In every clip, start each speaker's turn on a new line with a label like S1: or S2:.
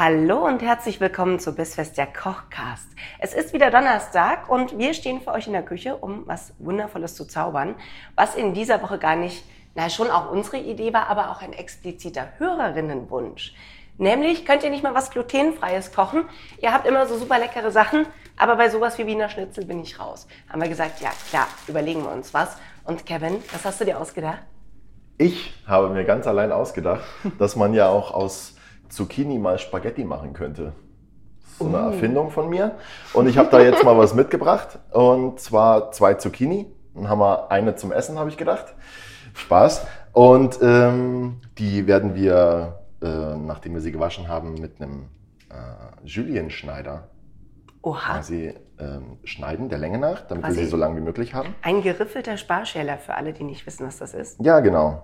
S1: Hallo und herzlich willkommen zu Bissfest der Kochcast. Es ist wieder Donnerstag und wir stehen für euch in der Küche, um was Wundervolles zu zaubern, was in dieser Woche gar nicht, na schon auch unsere Idee war, aber auch ein expliziter Hörerinnenwunsch. Nämlich könnt ihr nicht mal was glutenfreies kochen. Ihr habt immer so super leckere Sachen, aber bei sowas wie Wiener Schnitzel bin ich raus. Haben wir gesagt, ja klar, überlegen wir uns was. Und Kevin, was hast du dir ausgedacht?
S2: Ich habe mir ganz allein ausgedacht, dass man ja auch aus Zucchini mal Spaghetti machen könnte. So eine Erfindung von mir. Und ich habe da jetzt mal was mitgebracht. Und zwar zwei Zucchini. Dann haben wir eine zum Essen, habe ich gedacht. Spaß. Und ähm, die werden wir, äh, nachdem wir sie gewaschen haben, mit einem äh, Julienschneider
S1: Oha,
S2: quasi ähm, schneiden, der Länge nach, damit
S1: Ah. Quasi-
S2: wir sie so lang wie möglich haben.
S1: ein geriffelter Sparschäler für alle, die nicht wissen, was das ist.
S2: Ja, genau.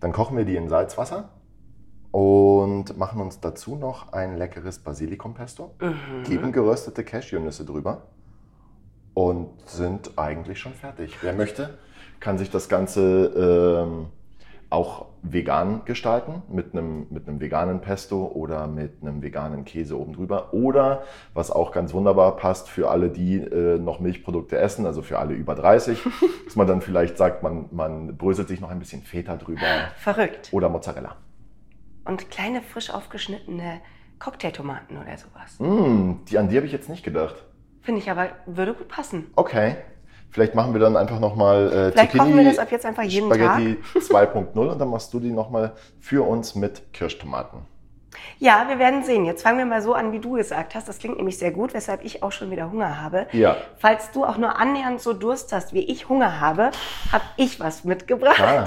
S2: Dann kochen wir die in Salzwasser und machen uns dazu noch ein leckeres Basilikumpesto, geben geröstete Cashewnüsse drüber und sind eigentlich schon fertig. Wer möchte, kann sich das Ganze ähm, auch vegan gestalten, mit einem, mit einem veganen Pesto oder mit einem veganen Käse oben drüber. Oder, was auch ganz wunderbar passt, für alle, die äh, noch Milchprodukte essen, also für alle über 30, dass man dann vielleicht sagt, man, man bröselt sich noch ein bisschen Feta drüber
S1: Verrückt.
S2: oder Mozzarella.
S1: Und kleine, frisch aufgeschnittene Cocktailtomaten oder sowas.
S2: Mm, die, an die habe ich jetzt nicht gedacht.
S1: Finde ich aber, würde gut passen.
S2: Okay. Vielleicht machen wir dann einfach nochmal äh,
S1: Vielleicht
S2: Zucchini,
S1: kochen wir das ab jetzt einfach jeden
S2: Spaghetti 2.0 und dann machst du die nochmal für uns mit Kirschtomaten.
S1: Ja, wir werden sehen. Jetzt fangen wir mal so an, wie du gesagt hast. Das klingt nämlich sehr gut, weshalb ich auch schon wieder Hunger habe.
S2: Ja.
S1: Falls du auch nur annähernd so Durst hast, wie ich Hunger habe, habe ich was mitgebracht.
S2: Ah,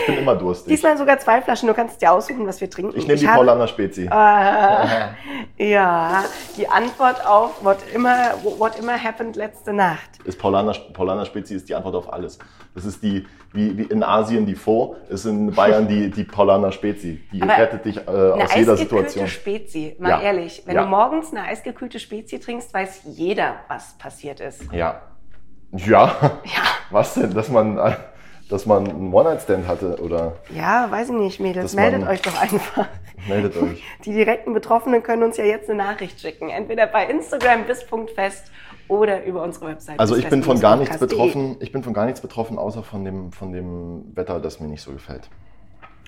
S2: ich bin immer durstig.
S1: Diesmal sogar zwei Flaschen. Du kannst dir aussuchen, was wir trinken.
S2: Ich nehme die
S1: habe-
S2: Paulaner Spezi.
S1: Ah. Ja, die Antwort auf what immer, what immer happened letzte Nacht.
S2: Ist Paulaner, Paulaner Spezi ist die Antwort auf alles. Das ist die, wie, wie in Asien die Pho, ist in Bayern die, die Paulaner Spezi. Die
S1: Aber
S2: rettet dich äh, aus jeder Situation.
S1: Spezi, mal
S2: Ja.
S1: ehrlich. Wenn
S2: Ja.
S1: du morgens eine eisgekühlte Spezi trinkst, weiß jeder, was passiert ist.
S2: Ja. Ja.
S1: Ja.
S2: Was denn? Dass man, äh, dass man einen One-Night-Stand hatte oder
S1: Ja, weiß ich nicht, Mädels.
S2: Das
S1: Meldet
S2: waren-
S1: euch doch einfach.
S2: meldet euch.
S1: Die direkten Betroffenen können uns ja jetzt eine Nachricht schicken. Entweder bei Instagram bis.fest oder über unsere Website.
S2: Also ich bin von gar nichts
S1: bis-fest-podcast.de.
S2: betroffen. Ich bin von gar nichts betroffen, außer von dem, von dem Wetter, das mir nicht so gefällt.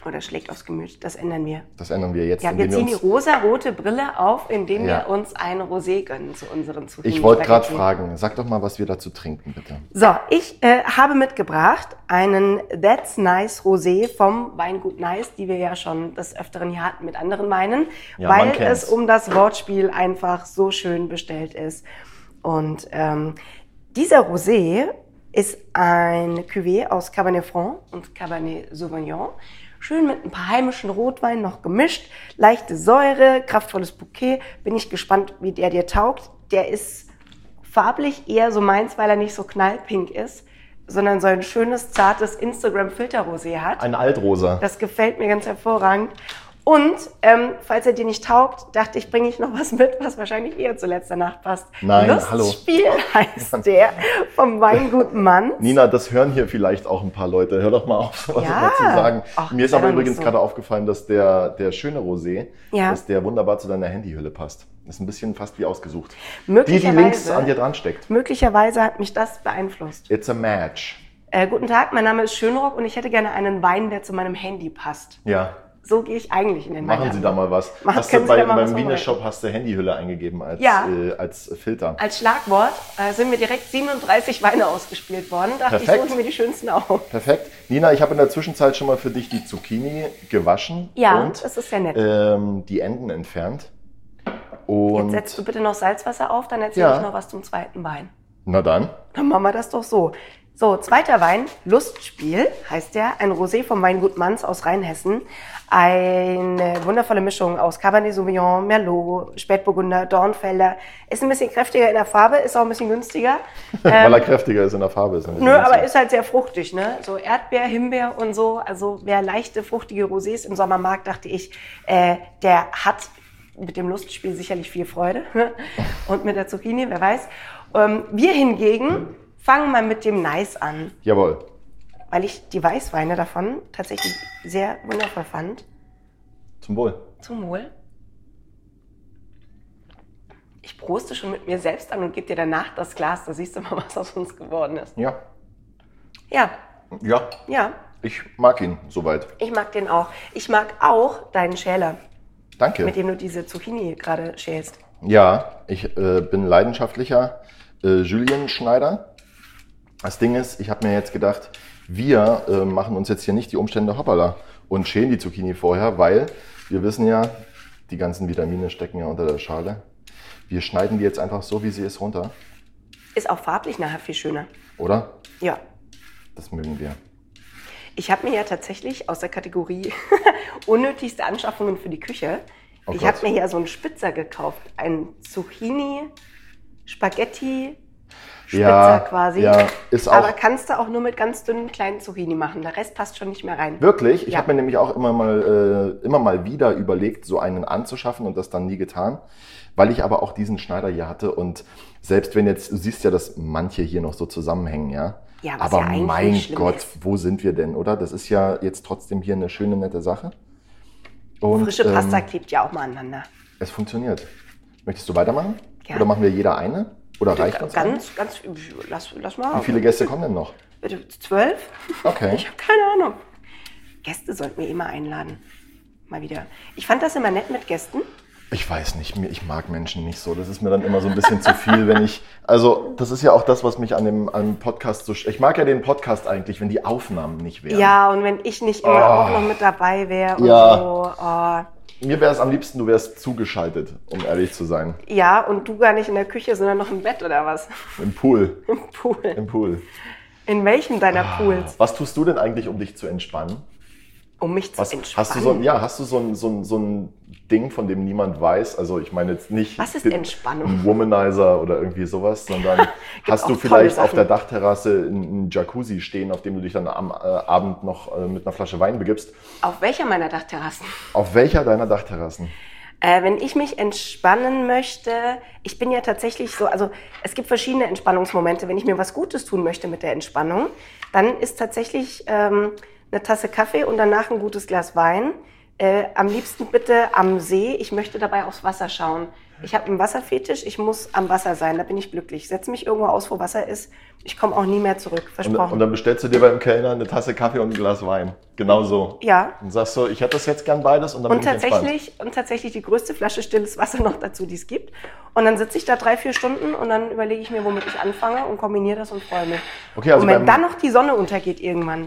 S1: Oder schlägt aufs Gemüt. Das ändern wir.
S2: Das ändern wir jetzt,
S1: Ja, wir ziehen
S2: indem wir
S1: die
S2: uns.
S1: rosa-rote Brille auf, indem
S2: Ja.
S1: wir uns ein Rosé gönnen zu unseren Zuschauern.
S2: Ich wollte gerade fragen, sag doch mal, was wir dazu trinken, bitte.
S1: So, ich äh, habe mitgebracht einen That's Nice Rosé vom Weingut Nice, die wir ja schon des Öfteren hier hatten mit anderen Weinen,
S2: Ja, man
S1: weil
S2: kennt's.
S1: es um das Wortspiel einfach so schön bestellt ist. Und ähm, dieser Rosé ist ein Cuvée aus Cabernet Franc und Cabernet Sauvignon. Schön mit ein paar heimischen Rotwein noch gemischt, leichte Säure, kraftvolles Bouquet. Bin ich gespannt, wie der dir taugt. Der ist farblich eher so meins, weil er nicht so knallpink ist, sondern so ein schönes, zartes Instagram-Filterrosé hat.
S2: Ein Altrosa.
S1: Das gefällt mir ganz hervorragend. Und ähm, falls er dir nicht taugt, dachte ich, bringe ich noch was mit, was wahrscheinlich eher zu letzter Nacht passt.
S2: Nein,
S1: Lustspiel heißt der vom Weingut Mann.
S2: Nina, das hören hier vielleicht auch ein paar Leute. Hör doch mal auf, sowas
S1: Ja.
S2: immer zu sagen.
S1: Ach,
S2: Mir ist
S1: sei
S2: aber
S1: doch nicht
S2: übrigens
S1: so.
S2: gerade aufgefallen, dass der, der schöne Rosé,
S1: Ja.
S2: dass der wunderbar zu deiner Handyhülle passt. Ist ein bisschen fast wie ausgesucht. Die, die
S1: Möglicherweise-
S2: links an dir dran steckt.
S1: Möglicherweise hat mich das beeinflusst.
S2: It's a match.
S1: Äh, guten Tag, mein Name ist Schönrock und ich hätte gerne einen Wein, der zu meinem Handy passt.
S2: Ja.
S1: So gehe ich eigentlich in den
S2: Machen
S1: Weinladen.
S2: Sie da mal was.
S1: Machen-
S2: Hast du
S1: können Sie
S2: bei,
S1: da mal was
S2: beim
S1: machen?
S2: Wiener Shop hast du Handyhülle eingegeben als,
S1: Ja.
S2: äh, als Filter.
S1: Als Schlagwort äh, sind mir direkt 37 Weine ausgespielt worden. Dachte ich,
S2: Perfekt.
S1: suche mir die schönsten auf.
S2: Perfekt. Nina, ich habe in der Zwischenzeit schon mal für dich die Zucchini gewaschen
S1: Ja,
S2: und
S1: das ist ja nett.
S2: ähm, die Enden entfernt.
S1: Jetzt
S2: Und
S1: setzt du bitte noch Salzwasser auf, dann erzähle
S2: Ja.
S1: ich noch was zum zweiten Wein.
S2: na dann,
S1: Dann machen wir das doch so. So, zweiter Wein, Lustspiel heißt der. Ein Rosé vom Weingut Manns aus Rheinhessen. Eine wundervolle Mischung aus Cabernet Sauvignon, Merlot, Spätburgunder, Dornfelder. Ist ein bisschen kräftiger in der Farbe, ist auch ein bisschen günstiger.
S2: Weil er kräftiger ist in der Farbe. Ist ein bisschen
S1: Ähm. Nö, aber
S2: günstiger.
S1: ist halt sehr fruchtig, ne? So Erdbeer, Himbeer und so. Also wer leichte, fruchtige Rosés im Sommer mag, dachte ich, äh, der hat mit dem Lustspiel sicherlich viel Freude. ne? und mit der Zucchini, wer weiß. Ähm, wir hingegen fangen mal mit dem Nice an,
S2: Jawohl.
S1: weil ich die Weißweine davon tatsächlich sehr wundervoll fand.
S2: Zum Wohl.
S1: Zum Wohl. Ich proste schon mit mir selbst an und gebe dir danach das Glas. Da siehst du mal, was aus uns geworden ist.
S2: Ja.
S1: Ja,
S2: Ja,
S1: ja,
S2: ich mag ihn soweit.
S1: Ich mag den auch. Ich mag auch deinen Schäler,
S2: Danke.
S1: mit dem du diese Zucchini gerade schälst.
S2: Ja, ich äh, bin leidenschaftlicher äh, Julien-Schneider. Das Ding ist, ich habe mir jetzt gedacht, wir äh, machen uns jetzt hier nicht die Umstände hoppala und schälen die Zucchini vorher, weil wir wissen ja, die ganzen Vitamine stecken ja unter der Schale. Wir schneiden die jetzt einfach so, wie sie ist, runter,
S1: Ist auch farblich nachher viel schöner.
S2: oder?
S1: Ja.
S2: Das mögen wir.
S1: Ich habe mir ja tatsächlich aus der Kategorie unnötigste Anschaffungen für die Küche,
S2: Oh
S1: ich
S2: Gott.
S1: habe mir ja so einen Spitzer gekauft. Ein Zucchini, Spaghetti, Spitzer
S2: Ja,
S1: quasi.
S2: ja, ist auch-
S1: Aber kannst du auch nur mit ganz dünnen kleinen Zucchini machen. Der Rest passt schon nicht mehr rein.
S2: Wirklich? Ich
S1: Ja.
S2: hab habe mir nämlich auch immer mal, äh, immer mal wieder überlegt, so einen anzuschaffen und das dann nie getan, weil ich aber auch diesen Schneider hier hatte und selbst wenn jetzt, du siehst ja, dass manche hier noch so zusammenhängen, ja.
S1: Ja, was
S2: aber
S1: ja eigentlich
S2: mein
S1: nicht schlimm
S2: Gott,
S1: ist.
S2: wo sind wir denn, oder? Das ist ja jetzt trotzdem hier eine schöne, nette Sache. Und,
S1: Frische Pasta
S2: Ähm,
S1: klebt ja auch mal aneinander.
S2: es funktioniert. Möchtest du weitermachen?
S1: Gerne.
S2: Oder machen wir jeder eine? Oder reicht uns eine?
S1: Ganz, ganz, lass, lass mal.
S2: Wie viele Gäste kommen denn noch?
S1: Bitte, Zwölf?
S2: Okay.
S1: Ich habe keine Ahnung. Gäste sollten wir immer einladen. Mal wieder. Ich fand das immer nett mit Gästen.
S2: Ich weiß nicht, mir- ich mag Menschen nicht so. Das ist mir dann immer so ein bisschen zu viel, wenn ich. Also, das ist ja auch das, was mich an dem, an dem Podcast so. sch- Ich mag ja den Podcast eigentlich, wenn die Aufnahmen nicht
S1: Ja,
S2: wären.
S1: und wenn ich nicht immer
S2: Oh.
S1: auch noch mit dabei wäre und
S2: Ja.
S1: so. ah.
S2: Mir wäre es am liebsten, du wärst zugeschaltet, um ehrlich zu sein.
S1: Oh. Ja, und du gar nicht in der Küche, sondern noch im Bett oder was?
S2: Im Pool.
S1: Im Pool.
S2: Im Pool.
S1: In welchem deiner
S2: Ah.
S1: Pools?
S2: Was tust du denn eigentlich, um dich zu entspannen?
S1: Um mich zu
S2: Was,
S1: entspannen.
S2: Hast du so ein, ja, hast du so ein, so, ein, so ein Ding, von dem niemand weiß? Also, ich meine jetzt nicht.
S1: Was ist
S2: den-
S1: Entspannung?
S2: Ein Womanizer oder irgendwie sowas, sondern hast
S1: auch
S2: du
S1: tolle
S2: vielleicht auf
S1: Sachen.
S2: der Dachterrasse einen Jacuzzi stehen, auf dem du dich dann am äh, Abend noch äh, mit einer Flasche Wein begibst?
S1: Auf welcher meiner Dachterrassen?
S2: Auf welcher deiner Dachterrassen?
S1: Äh, wenn ich mich entspannen möchte, ich bin ja tatsächlich so, also es gibt verschiedene Entspannungsmomente. Wenn ich mir was Gutes tun möchte mit der Entspannung, dann ist tatsächlich ähm, eine Tasse Kaffee und danach ein gutes Glas Wein. Äh, am liebsten bitte am See. Ich möchte dabei aufs Wasser schauen. Ich habe einen Wasserfetisch, ich muss am Wasser sein, da bin ich glücklich. Setz mich irgendwo aus, wo Wasser ist. Ich komme auch nie mehr zurück,
S2: Und,
S1: versprochen.
S2: und dann bestellst du dir beim Kellner eine Tasse Kaffee und ein Glas Wein. Genau so.
S1: Ja.
S2: Und sagst so, ich hätte das jetzt gern beides und dann
S1: Und
S2: bin ich entspannt.
S1: tatsächlich, und tatsächlich die größte Flasche stilles Wasser noch dazu, die es gibt. Und dann sitze ich da drei, vier Stunden und dann überlege ich mir, womit ich anfange und kombiniere das und freue mich.
S2: Okay, also
S1: und wenn
S2: beim-
S1: dann noch die Sonne untergeht irgendwann,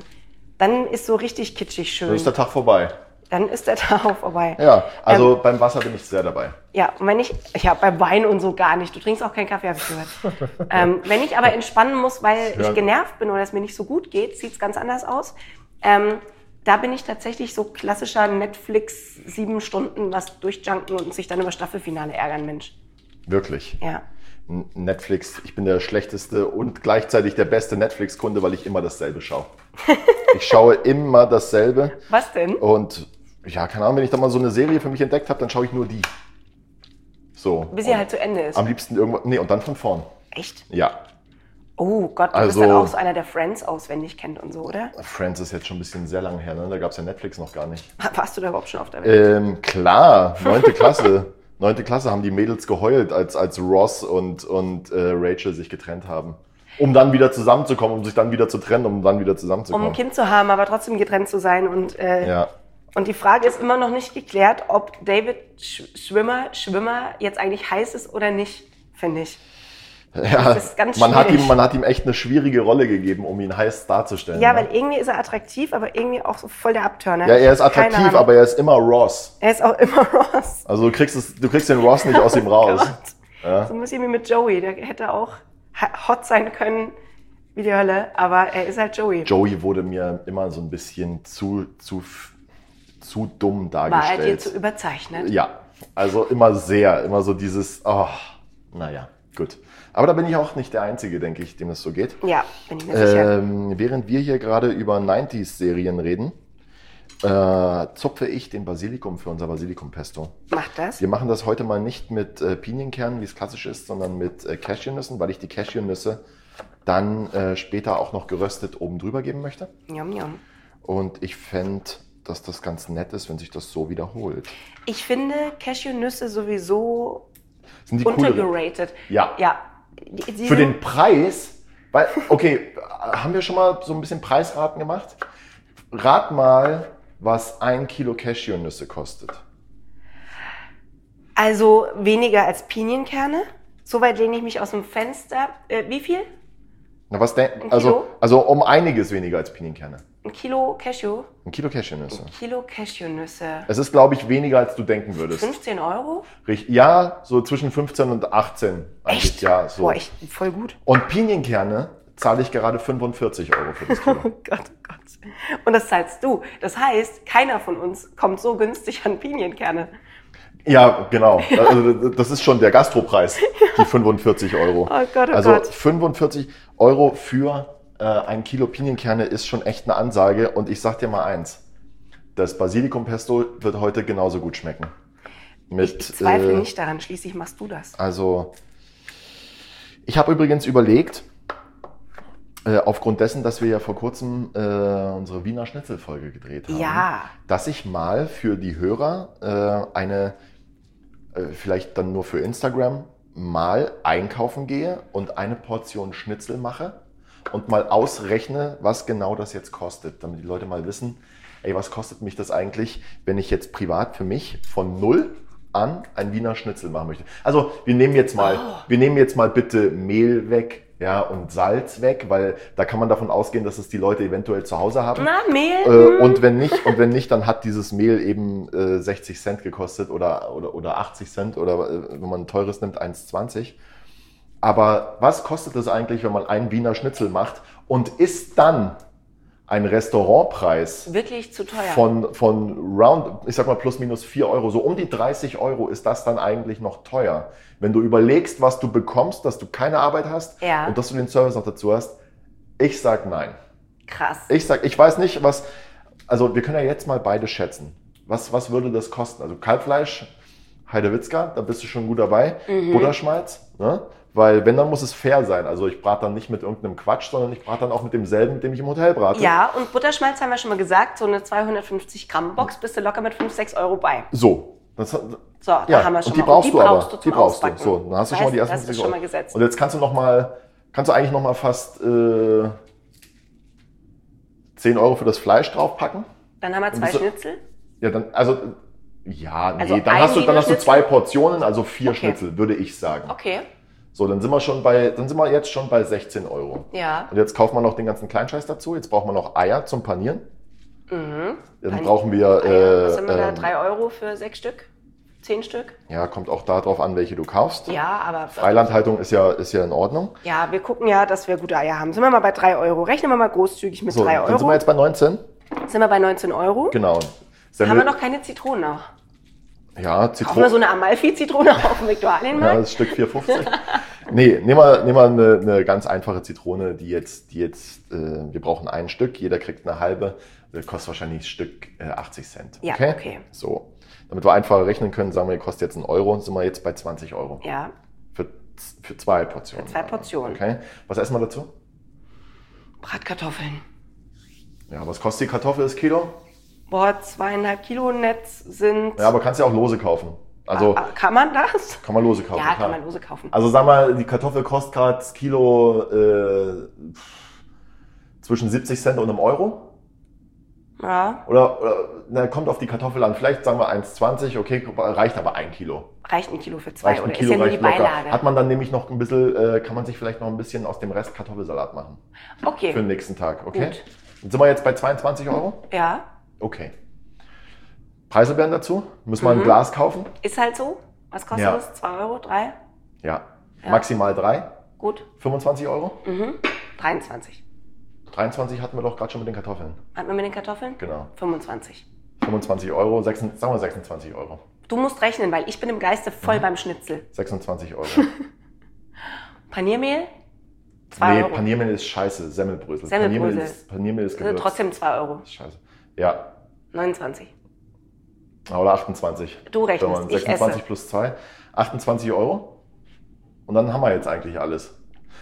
S1: dann ist so richtig kitschig
S2: Dann
S1: schön.
S2: ist der Tag vorbei.
S1: dann ist der Tag auch vorbei.
S2: Ja, also
S1: Ähm,
S2: beim Wasser bin ich sehr dabei.
S1: ja, und wenn ich, ja, bei Wein und so gar nicht. Du trinkst auch keinen Kaffee, habe ich gehört. ähm, wenn ich aber entspannen muss, weil
S2: Ja.
S1: ich genervt bin oder es mir nicht so gut geht, sieht es ganz anders aus. Ähm, da bin ich tatsächlich so klassischer Netflix sieben Stunden was durchjunken und sich dann über Staffelfinale ärgern, Mensch.
S2: Wirklich.
S1: Ja.
S2: N- Netflix, ich bin der schlechteste und gleichzeitig der beste Netflix-Kunde, weil ich immer dasselbe schaue. ich schaue immer dasselbe.
S1: Was denn?
S2: Und ja, keine Ahnung, wenn ich da mal so eine Serie für mich entdeckt habe, dann schaue ich nur die. So.
S1: Bis sie
S2: Und
S1: halt zu Ende ist.
S2: Am liebsten irgendwann. Nee, und dann von vorn.
S1: Echt?
S2: Ja.
S1: Oh Gott, du
S2: Also-
S1: bist dann auch so einer, der Friends auswendig kennt und so, oder?
S2: Friends ist jetzt schon ein bisschen sehr lange her, ne? Da gab es ja Netflix noch gar nicht.
S1: Warst du da überhaupt schon auf der Welt?
S2: Ähm, klar, neunte Klasse. Neunte Klasse haben die Mädels geheult, als, als Ross und, und äh, Rachel sich getrennt haben. Um dann wieder zusammenzukommen, um sich dann wieder zu trennen, um dann wieder
S1: um
S2: zusammenzukommen.
S1: ein Kind zu haben, aber trotzdem getrennt zu sein und äh,
S2: ja.
S1: Und die Frage ist immer noch nicht geklärt, ob David Sch Schwimmer, Schwimmer jetzt eigentlich heiß ist oder nicht, finde ich.
S2: ja.
S1: ist ganz
S2: man, hat
S1: schwierig.
S2: ihm, man hat ihm echt eine schwierige Rolle gegeben, um ihn heiß darzustellen.
S1: Ja,
S2: ne?
S1: weil irgendwie ist er attraktiv, aber irgendwie auch so voll der Abturner.
S2: ja, er ist
S1: Keine
S2: attraktiv,
S1: Ahnung.
S2: aber er ist immer Ross.
S1: Er ist auch immer Ross.
S2: Also du kriegst, es, du kriegst den Ross nicht
S1: Oh
S2: aus ihm raus.
S1: Gott. So ein bisschen wie mit Joey, der hätte auch ha- hot sein können, wie die Hölle, aber er ist halt Joey.
S2: Joey wurde mir immer so ein bisschen zu, zu, f- zu dumm
S1: War er dir
S2: dargestellt.
S1: zu überzeichnet?
S2: ja, also immer sehr, immer so dieses, oh, naja, gut. Aber da bin ich auch nicht der Einzige, denke ich, dem es so geht.
S1: Ja, bin ich mir sicher.
S2: Ähm, während wir hier gerade über 90s-Serien reden, äh, zupfe ich den Basilikum für unser Basilikumpesto.
S1: Macht das?
S2: Wir machen das heute mal nicht mit äh, Pinienkernen, wie es klassisch ist, sondern mit äh, Cashewnüssen, weil ich die Cashewnüsse dann äh, später auch noch geröstet oben drüber geben möchte.
S1: Yum, yum.
S2: Und ich fände, dass das ganz nett ist, wenn sich das so wiederholt.
S1: Ich finde Cashewnüsse sowieso
S2: Sind die cooleren?
S1: untergerated.
S2: Ja.
S1: Ja. Die- die
S2: Für
S1: sind-
S2: den Preis, weil, okay, haben wir schon mal so ein bisschen Preisraten gemacht? Rat mal, was ein Kilo Cashewnüsse kostet.
S1: also weniger als Pinienkerne. Soweit lehne ich mich aus dem Fenster. Äh, wie viel?
S2: Na, was denk,
S1: Kilo?
S2: also, also um einiges weniger als Pinienkerne.
S1: Ein Kilo Cashew?
S2: Ein Kilo Cashewnüsse.
S1: Kilo Cashewnüsse.
S2: Es ist, glaube ich, weniger als du denken würdest.
S1: 15 Euro?
S2: Richt- Ja, so zwischen 15 und 18. eigentlich.
S1: Echt?
S2: Ja, so.
S1: Boah, echt voll gut.
S2: Und Pinienkerne zahle ich gerade 45 Euro für das Kilo.
S1: Oh Gott, oh Gott. Und das zahlst du. Das heißt, keiner von uns kommt so günstig an Pinienkerne.
S2: ja, genau. Also, das ist schon der Gastropreis, die 45 Euro.
S1: Oh Gott, oh
S2: also
S1: Gott.
S2: 45 Euro für äh, ein Kilo Pinienkerne ist schon echt eine Ansage. Und ich sag dir mal eins. Das Basilikumpesto wird heute genauso gut schmecken. Mit,
S1: Ich zweifle
S2: äh,
S1: nicht daran. Schließlich machst du das.
S2: Also, ich habe übrigens überlegt, äh, aufgrund dessen, dass wir ja vor kurzem äh, unsere Wiener Schnitzelfolge gedreht haben,
S1: Ja.
S2: dass ich mal für die Hörer äh, eine, äh, vielleicht dann nur für Instagram, mal einkaufen gehe und eine Portion Schnitzel mache und mal ausrechne, was genau das jetzt kostet, damit die Leute mal wissen, ey, was kostet mich das eigentlich, wenn ich jetzt privat für mich von null an ein Wiener Schnitzel machen möchte. Also wir nehmen jetzt mal, wir nehmen jetzt mal bitte Mehl weg, ja, und Salz weg, weil da kann man davon ausgehen, dass es die Leute eventuell zu Hause haben.
S1: Na, Mehl?
S2: Äh, und wenn nicht, und wenn nicht, dann hat dieses Mehl eben äh, 60 Cent gekostet oder, oder, oder 80 Cent oder äh, wenn man ein teures nimmt, 1,20. Aber was kostet es eigentlich, wenn man einen Wiener Schnitzel macht und ist dann ein Restaurantpreis
S1: Wirklich zu teuer.
S2: von, von round, ich sag mal plus minus 4 Euro, so um die 30 Euro ist das dann eigentlich noch teuer. Wenn du überlegst, was du bekommst, dass du keine Arbeit hast
S1: Ja.
S2: und dass du den Service noch dazu hast, ich sag nein.
S1: Krass.
S2: Ich sag, ich weiß nicht, was. Also wir können ja jetzt mal beide schätzen. Was, was würde das kosten? Also Kalbfleisch, Heidewitzka, da bist du schon gut dabei.
S1: Mhm.
S2: Butterschmalz, ne? Weil wenn, dann muss es fair sein. Also ich brate dann nicht mit irgendeinem Quatsch, sondern ich brate dann auch mit demselben, mit dem ich im Hotel brate.
S1: Ja, und Butterschmalz haben wir schon mal gesagt, so eine 250 Gramm Box bist du locker mit 5, 6 Euro bei.
S2: So. Das,
S1: So, da
S2: ja,
S1: haben wir schon
S2: und die
S1: mal.
S2: brauchst
S1: und
S2: du aber.
S1: du
S2: die
S1: zum
S2: brauchst
S1: Ausbacken.
S2: du. So, dann hast du schon mal die
S1: Weißt,
S2: ersten
S1: Das ist
S2: 50
S1: schon mal
S2: Euro.
S1: gesetzt.
S2: Und jetzt kannst du noch mal, kannst du eigentlich noch mal fast äh, 10 Euro für das Fleisch draufpacken.
S1: Dann haben wir zwei
S2: bist du-
S1: Schnitzel.
S2: Ja, dann, also, ja, nee,
S1: Also
S2: dann,
S1: ein
S2: hast du, dann hast du
S1: Wiener
S2: zwei Portionen, also vier
S1: Okay.
S2: Schnitzel, würde ich sagen.
S1: Okay,
S2: So, dann sind wir schon bei, dann sind wir jetzt schon bei 16 Euro.
S1: ja.
S2: Und jetzt kauft man noch den ganzen Kleinscheiß dazu. Jetzt braucht man noch Eier zum Panieren. Dann
S1: Mhm. Pan-
S2: brauchen wir,
S1: Äh, Was
S2: äh,
S1: sind wir da?
S2: ähm,
S1: 3 Euro für 6 Stück? 10 Stück?
S2: ja, kommt auch darauf an, welche du kaufst.
S1: Ja, aber.
S2: Freilandhaltung ist ja, ist ja in Ordnung.
S1: Ja, wir gucken ja, dass wir gute Eier haben. Sind wir mal bei 3 Euro? Rechnen wir mal großzügig mit
S2: So,
S1: 3
S2: dann sind wir
S1: Euro.
S2: jetzt bei 19.
S1: Sind wir bei 19 Euro?
S2: Genau.
S1: Haben wir
S2: Semmel-
S1: noch keine Zitronen auch?
S2: ja,
S1: Brauchen wir so
S2: Zitronen.
S1: eine Amalfi-Zitrone auf dem
S2: Ja,
S1: Viktualienmarkt?
S2: das ist Stück 4,50. nee, nehmen wir, nehmen wir eine, eine ganz einfache Zitrone, die jetzt, die jetzt, äh, wir brauchen ein Stück, jeder kriegt eine halbe, äh, kostet wahrscheinlich ein Stück äh, 80 Cent.
S1: Ja, okay.
S2: So. Damit wir einfacher rechnen können, sagen wir, kostet jetzt einen Euro, sind wir jetzt bei 20 Euro.
S1: Ja.
S2: Für, z- für zwei Portionen.
S1: Für zwei Portionen.
S2: Okay. Was essen wir dazu?
S1: Bratkartoffeln.
S2: Ja, was kostet die Kartoffel das Kilo?
S1: Boah, zweieinhalb Kilo Netz sind.
S2: Ja, aber kannst ja auch lose kaufen. Also,
S1: Ah, ah, kann man das?
S2: kann man lose kaufen.
S1: ja,
S2: klar.
S1: kann man lose kaufen.
S2: Also sag mal, die Kartoffel kostet gerade das Kilo äh, zwischen 70 Cent und einem Euro. Also-
S1: ja,
S2: Oder, oder na, kommt auf die Kartoffel an. Vielleicht sagen wir 1,20, okay, reicht aber ein Kilo.
S1: reicht ein Kilo für zwei
S2: Reicht ein
S1: oder ist
S2: Kilo,
S1: ja nur die
S2: reicht locker.
S1: Beilage.
S2: Hat man dann nämlich noch ein bisschen, äh, kann man sich vielleicht noch ein bisschen aus dem Rest Kartoffelsalat machen. Für den
S1: okay.
S2: nächsten Tag, okay?
S1: Gut.
S2: Dann sind wir jetzt bei 22 Euro?
S1: Ja,
S2: Okay. Preiselbeeren dazu? Müssen wir
S1: Mhm.
S2: ein Glas kaufen?
S1: ist halt so. Was kostet
S2: Ja.
S1: das? Zwei Euro? Drei?
S2: Ja. Maximal drei?
S1: Gut. Mhm.
S2: 25 Euro?
S1: 23.
S2: 23 hatten wir doch gerade schon mit den Kartoffeln.
S1: Hat man mit den Kartoffeln?
S2: Genau.
S1: 25.
S2: 25 Euro, 26, sagen wir 26 Euro.
S1: Du musst rechnen, weil ich bin im Geiste voll
S2: Mhm.
S1: beim Schnitzel.
S2: 26 Euro.
S1: Paniermehl? 2
S2: nee,
S1: Euro.
S2: Paniermehl ist scheiße. Semmelbrösel.
S1: Semmelbrösel.
S2: Paniermehl ist, Paniermehl ist
S1: Das sind
S2: Gewürz.
S1: äh, trotzdem 2 Euro.
S2: Ist Scheiße. Ja,
S1: 29.
S2: oder 28.
S1: Du rechnest,
S2: Dauern.
S1: ich
S2: 26
S1: esse.
S2: plus 2. 28 Euro. Und dann haben wir jetzt eigentlich alles.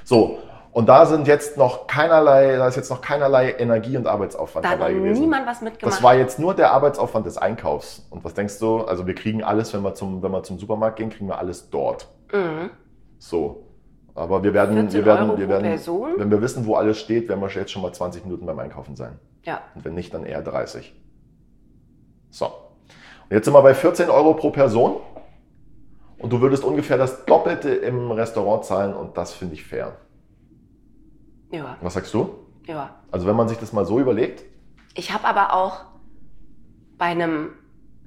S2: So, und da sind jetzt noch keinerlei, da ist jetzt noch keinerlei Energie und Arbeitsaufwand
S1: Da hat noch
S2: dabei gewesen.
S1: niemand was mitgemacht.
S2: Das war jetzt nur der Arbeitsaufwand des Einkaufs. Und was denkst du? Also wir kriegen alles, wenn wir zum, wenn wir zum Supermarkt gehen, kriegen wir alles dort.
S1: mhm.
S2: So. Aber wir werden,
S1: 14
S2: wir werden,
S1: Euro
S2: wir
S1: pro
S2: werden,
S1: Person?
S2: wenn wir wissen, wo alles steht, werden wir jetzt schon mal 20 Minuten beim Einkaufen sein.
S1: Ja.
S2: Und wenn nicht, dann eher 30. So. Und jetzt sind wir bei 14 Euro pro Person. Und du würdest ungefähr das Doppelte im Restaurant zahlen und das finde ich fair.
S1: Ja.
S2: Was sagst du?
S1: Ja.
S2: Also wenn man sich das mal so überlegt,
S1: Ich habe aber auch bei einem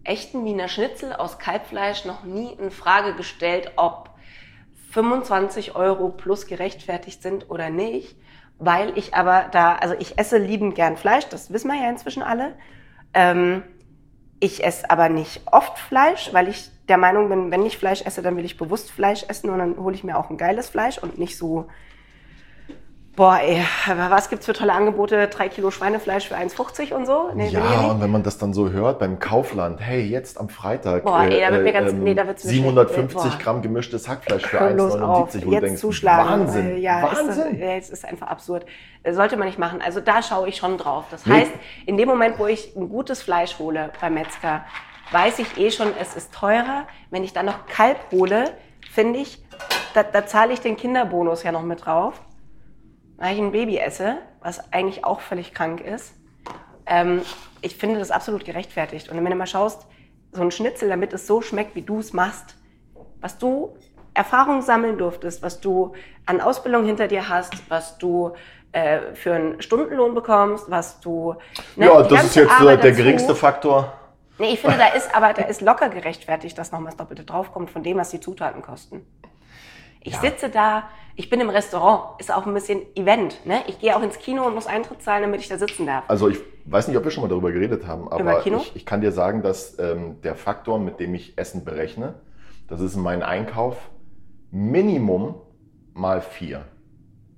S1: echten Wiener Schnitzel aus Kalbfleisch noch nie in Frage gestellt, ob 25 Euro plus gerechtfertigt sind oder nicht, weil ich aber da, also ich esse liebend gern Fleisch, das wissen wir ja inzwischen alle. Ähm, ich esse aber nicht oft Fleisch, weil ich der Meinung bin, wenn ich Fleisch esse, dann will ich bewusst Fleisch essen und dann hole ich mir auch ein geiles Fleisch und nicht so, boah, ey, was gibt's für tolle Angebote? Drei Kilo Schweinefleisch für 1,50 und so? Nee, will ich
S2: ja,
S1: nicht.
S2: und wenn man das dann so hört beim Kaufland, hey, jetzt am Freitag
S1: Boah, ey, da wird mir ganz- nee, da wird's mir schlecht.
S2: 750
S1: Boah.
S2: Gramm gemischtes Hackfleisch für
S1: Hör bloß auf,
S2: 1,79 um wo du
S1: jetzt
S2: denkst,
S1: zuschlagen.
S2: Wahnsinn,
S1: Äh, ja, ist das,
S2: Wahnsinn.
S1: ja, es ist einfach absurd. Äh, Sollte man nicht machen. Also da schaue ich schon drauf. Das
S2: Nee.
S1: heißt, in dem Moment, wo ich ein gutes Fleisch hole beim Metzger, weiß ich eh schon, es ist teurer. Wenn ich dann noch Kalb hole, finde ich, da, da zahle ich den Kinderbonus ja noch mit drauf. Weil ich ein Baby esse, was eigentlich auch völlig krank ist. Ähm, ich finde das absolut gerechtfertigt. Und wenn du mal schaust, so ein Schnitzel, damit es so schmeckt, wie du es machst, was du Erfahrung sammeln durftest, was du an Ausbildung hinter dir hast, was du äh, für einen Stundenlohn bekommst, was du. ne,
S2: ja,
S1: die
S2: das
S1: ganze
S2: ist jetzt äh,
S1: Arbeit
S2: der
S1: dazu.
S2: geringste Faktor.
S1: Nee, ich finde, da ist aber da ist locker gerechtfertigt, dass nochmal das Doppelte draufkommt von dem, was die Zutaten kosten. Ich
S2: Ja.
S1: sitze da, ich bin im Restaurant, ist auch ein bisschen Event. Ne? Ich gehe auch ins Kino und muss Eintritt zahlen, damit ich da sitzen darf.
S2: Also ich weiß nicht, ob wir schon mal darüber geredet haben,
S1: Über
S2: aber
S1: Kino?
S2: ich, ich kann dir sagen, dass ähm, der Faktor, mit dem ich Essen berechne, das ist mein Einkauf Minimum mal vier.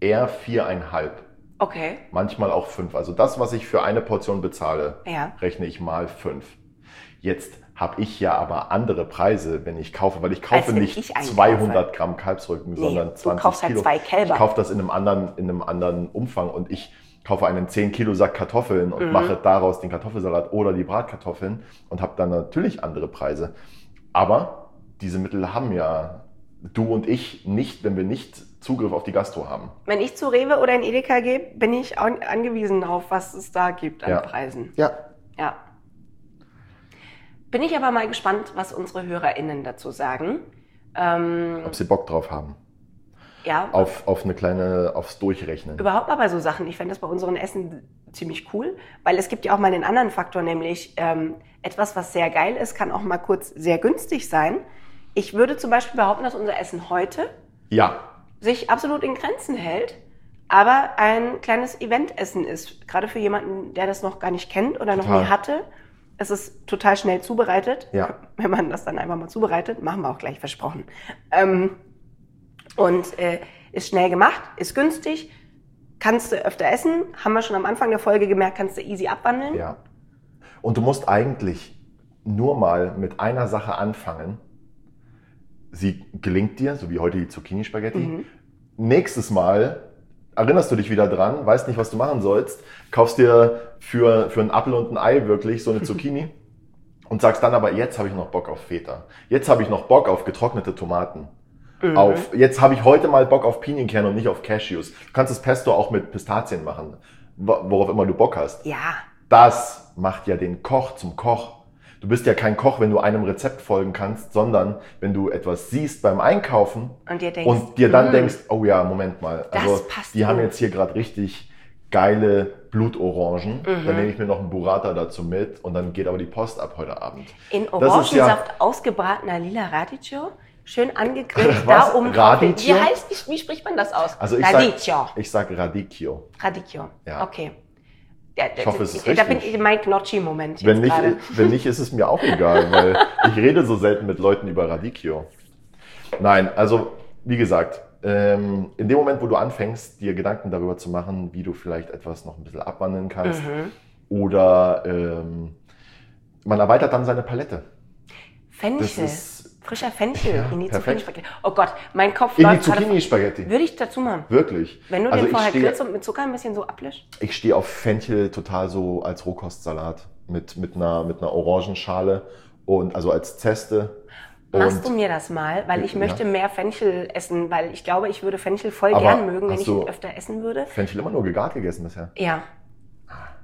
S2: Eher viereinhalb.
S1: Okay,
S2: Manchmal auch fünf. Also das, was ich für eine Portion bezahle,
S1: Ja.
S2: rechne ich mal fünf. Jetzt habe ich ja aber andere Preise, wenn ich kaufe, weil ich kaufe
S1: wenn
S2: nicht
S1: ich einkaufe.
S2: 200 Gramm Kalbsrücken,
S1: Nee, du
S2: sondern 20
S1: kaufst halt
S2: Kilo.
S1: zwei Kälber.
S2: Ich kaufe das in einem anderen, in einem anderen Umfang und ich kaufe einen 10 Kilo Sack Kartoffeln und mache daraus den Kartoffelsalat oder die Bratkartoffeln und habe dann natürlich andere Preise. Aber diese Mittel haben ja du und ich nicht, wenn wir nicht Zugriff auf die Gastro haben.
S1: wenn ich zu Rewe oder in Edeka gehe, bin ich an- angewiesen auf, was es da gibt an
S2: Ja.
S1: Preisen.
S2: Ja,
S1: Ja. Bin ich aber mal gespannt, was unsere HörerInnen dazu sagen. Ähm,
S2: ob sie Bock drauf haben.
S1: ja,
S2: Auf, auf eine kleine, aufs Durchrechnen.
S1: überhaupt mal bei so Sachen. Ich fände das bei unseren Essen ziemlich cool, weil es gibt ja auch mal den anderen Faktor, nämlich ähm, etwas, was sehr geil ist, kann auch mal kurz sehr günstig sein. Ich würde zum Beispiel behaupten, dass unser Essen heute
S2: Ja,
S1: sich absolut in Grenzen hält, aber ein kleines Eventessen ist. Gerade für jemanden, der das noch gar nicht kennt oder noch
S2: Total.
S1: nie hatte. Es ist total schnell zubereitet.
S2: Ja.
S1: Wenn man das dann einfach mal zubereitet, machen wir auch gleich versprochen. Ähm, und äh, ist schnell gemacht, ist günstig, kannst du öfter essen. Haben wir schon am Anfang der Folge gemerkt, kannst du easy abwandeln.
S2: ja. Und du musst eigentlich nur mal mit einer Sache anfangen. Sie gelingt dir, so wie heute die Zucchini-Spaghetti.
S1: Mhm.
S2: Nächstes Mal erinnerst du dich wieder dran, weißt nicht, was du machen sollst, kaufst dir für, für einen Apfel und ein Ei wirklich so eine Zucchini und sagst dann aber, jetzt habe ich noch Bock auf Feta. Jetzt habe ich noch Bock auf getrocknete Tomaten.
S1: Mhm.
S2: Auf, jetzt habe ich heute mal Bock auf Pinienkerne und nicht auf Cashews. Du kannst das Pesto auch mit Pistazien machen, wo- worauf immer du Bock hast.
S1: ja.
S2: Das macht ja den Koch zum Koch. Du bist ja kein Koch, wenn du einem Rezept folgen kannst, sondern wenn du etwas siehst beim Einkaufen
S1: Und dir denkst,
S2: und dir dann
S1: "Mm,
S2: denkst, oh ja, Moment mal,
S1: Das
S2: also
S1: passt
S2: die haben
S1: gut."
S2: jetzt hier gerade richtig geile Blutorangen,
S1: Mhm.
S2: dann nehme ich mir noch einen Burrata dazu mit und dann geht aber die Post ab heute Abend.
S1: In
S2: Das ist ja-
S1: Orangensaft ausgebratener lila Radicchio, schön angegrillt, da
S2: Was?
S1: oben drauf. Wie
S2: Radicchio?
S1: heißt, wie, wie spricht man das aus?
S2: Also ich
S1: Radicchio.
S2: sage ich sag Radicchio.
S1: Radicchio.
S2: Ja.
S1: Okay. Ja, da-
S2: Ich hoffe, es ist
S1: da, da bin
S2: richtig.
S1: ich in meinem Gnocchi-Moment jetzt
S2: Wenn nicht, äh,
S1: gerade.
S2: wenn nicht, ist es mir auch egal, weil ich rede so selten mit Leuten über Radicchio. Nein, also wie gesagt, ähm, in dem Moment, wo du anfängst, dir Gedanken darüber zu machen, wie du vielleicht etwas noch ein bisschen abwandeln kannst,
S1: Mhm.
S2: oder ähm, man erweitert dann seine Palette. Das
S1: Fenchel.
S2: ist
S1: Frischer Fenchel
S2: Ja,
S1: in die
S2: perfekt.
S1: Zucchini-Spaghetti. Oh Gott, mein Kopf
S2: in die
S1: gerade-
S2: Zucchini-Spaghetti.
S1: Würde ich dazu machen.
S2: Wirklich.
S1: Wenn du
S2: Also
S1: den
S2: ich
S1: vorher
S2: stehe-
S1: grillst und mit Zucker ein bisschen so ablöscht.
S2: Ich stehe auf Fenchel total so als Rohkostsalat mit, mit, einer, mit einer Orangenschale und also als Zeste.
S1: Machst
S2: Und-
S1: du mir das mal, weil ich
S2: Ja.
S1: möchte mehr Fenchel essen, weil ich glaube, ich würde Fenchel voll
S2: Aber
S1: gern mögen, wenn
S2: hast
S1: ich ihn
S2: du-
S1: öfter essen würde.
S2: Fenchel immer nur gegart gegessen bisher.
S1: Ja.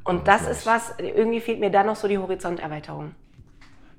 S1: Und
S2: das
S1: das
S2: ist
S1: ist was, irgendwie fehlt mir da noch so die Horizonterweiterung.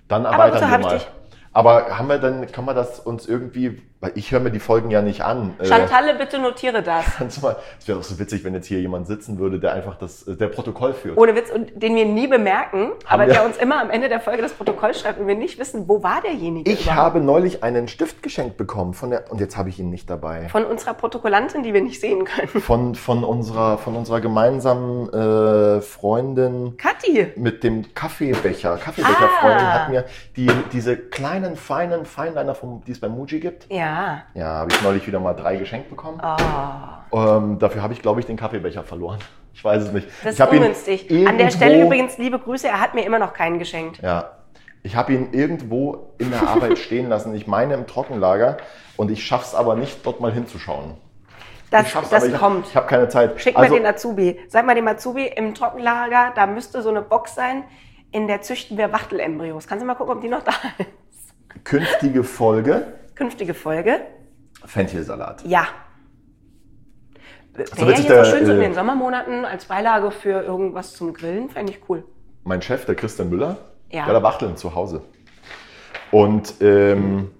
S2: Dann
S1: Aber wozu
S2: erweitern wir
S1: hab ich
S2: mal.
S1: dich?
S2: Aber haben wir dann, kann man das uns irgendwie, weil ich höre mir die Folgen ja nicht an. äh,
S1: Chantalle, bitte notiere das.
S2: kannst du mal- Es wäre doch so witzig, wenn jetzt hier jemand sitzen würde, der einfach das, äh, der Protokoll führt.
S1: Ohne Witz, und den wir nie bemerken, aber
S2: wir-
S1: der uns immer am Ende der Folge das Protokoll schreibt und wir nicht wissen, wo war derjenige
S2: ich habe neulich einen Stift geschenkt bekommen von der, und jetzt habe ich ihn nicht dabei.
S1: Von unserer Protokollantin, die wir nicht sehen können.
S2: Von, von, unserer, von unserer gemeinsamen äh, Freundin
S1: Kathi,
S2: mit dem Kaffeebecher. Kaffeebecherfreundin
S1: Ah.
S2: hat mir die, diese kleinen, feinen Feinliner, vom, die es bei Muji gibt.
S1: Ja.
S2: Ja, habe ich neulich wieder mal drei geschenkt bekommen.
S1: Oh.
S2: Ähm, dafür habe ich, glaube ich, den Kaffeebecher verloren. Ich weiß es nicht.
S1: Das
S2: ich
S1: ist
S2: hab ihn
S1: ungünstig. An
S2: irgendwo-
S1: der Stelle übrigens liebe Grüße, er hat mir immer noch keinen geschenkt.
S2: Ja. Ich habe ihn irgendwo in der Arbeit stehen lassen. Ich meine im Trockenlager. Und ich schaffe es aber nicht, dort mal hinzuschauen.
S1: Das,
S2: ich schaff's
S1: das
S2: aber, ich hab-
S1: kommt.
S2: Ich habe keine Zeit.
S1: Schick
S2: also,
S1: mal den Azubi. Sag mal dem Azubi, im Trockenlager, da müsste so eine Box sein, in der züchten wir Wachtelembryos. Kannst du mal gucken, ob die noch da ist?
S2: künftige Folge:
S1: Künftige Folge?
S2: Fenchelsalat.
S1: Ja.
S2: So
S1: Wäre
S2: witzig,
S1: jetzt so
S2: der,
S1: schön so in
S2: äh,
S1: den Sommermonaten als Beilage für irgendwas zum Grillen, fände ich cool.
S2: Mein Chef, der Christian Müller,
S1: Ja.
S2: der hat Wachteln zu Hause. Und ähm,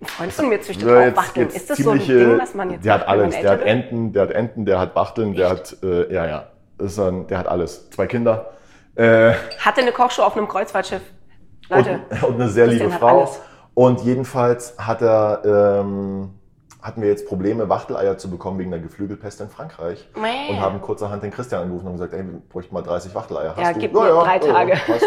S1: Ein Freund von mir züchtet
S2: Ja,
S1: auch
S2: jetzt-
S1: Wachteln.
S2: jetzt
S1: Ist das so ein
S2: ziemliche-
S1: Ding, was man jetzt
S2: Der hat
S1: macht, wenn man
S2: alles. Der hat
S1: älter wird?
S2: Enten, der hat Enten, der hat Wachteln, der hat, äh, ja, ja. Das Ist ein, der hat alles. Zwei Kinder. Äh,
S1: Hatte eine Kochshow auf einem Kreuzfahrtschiff.
S2: und,
S1: Leute,
S2: und eine sehr
S1: Christian
S2: liebe
S1: hat
S2: Frau.
S1: alles.
S2: Und jedenfalls hat er, ähm, hatten wir jetzt Probleme, Wachteleier zu bekommen wegen der Geflügelpest in Frankreich.
S1: Mäh.
S2: Und haben kurzerhand den Christian angerufen und gesagt, ey, wir bräuchten mal 30 Wachteleier. Hast
S1: Ja,
S2: du?
S1: gib mir drei Tage.
S2: passt.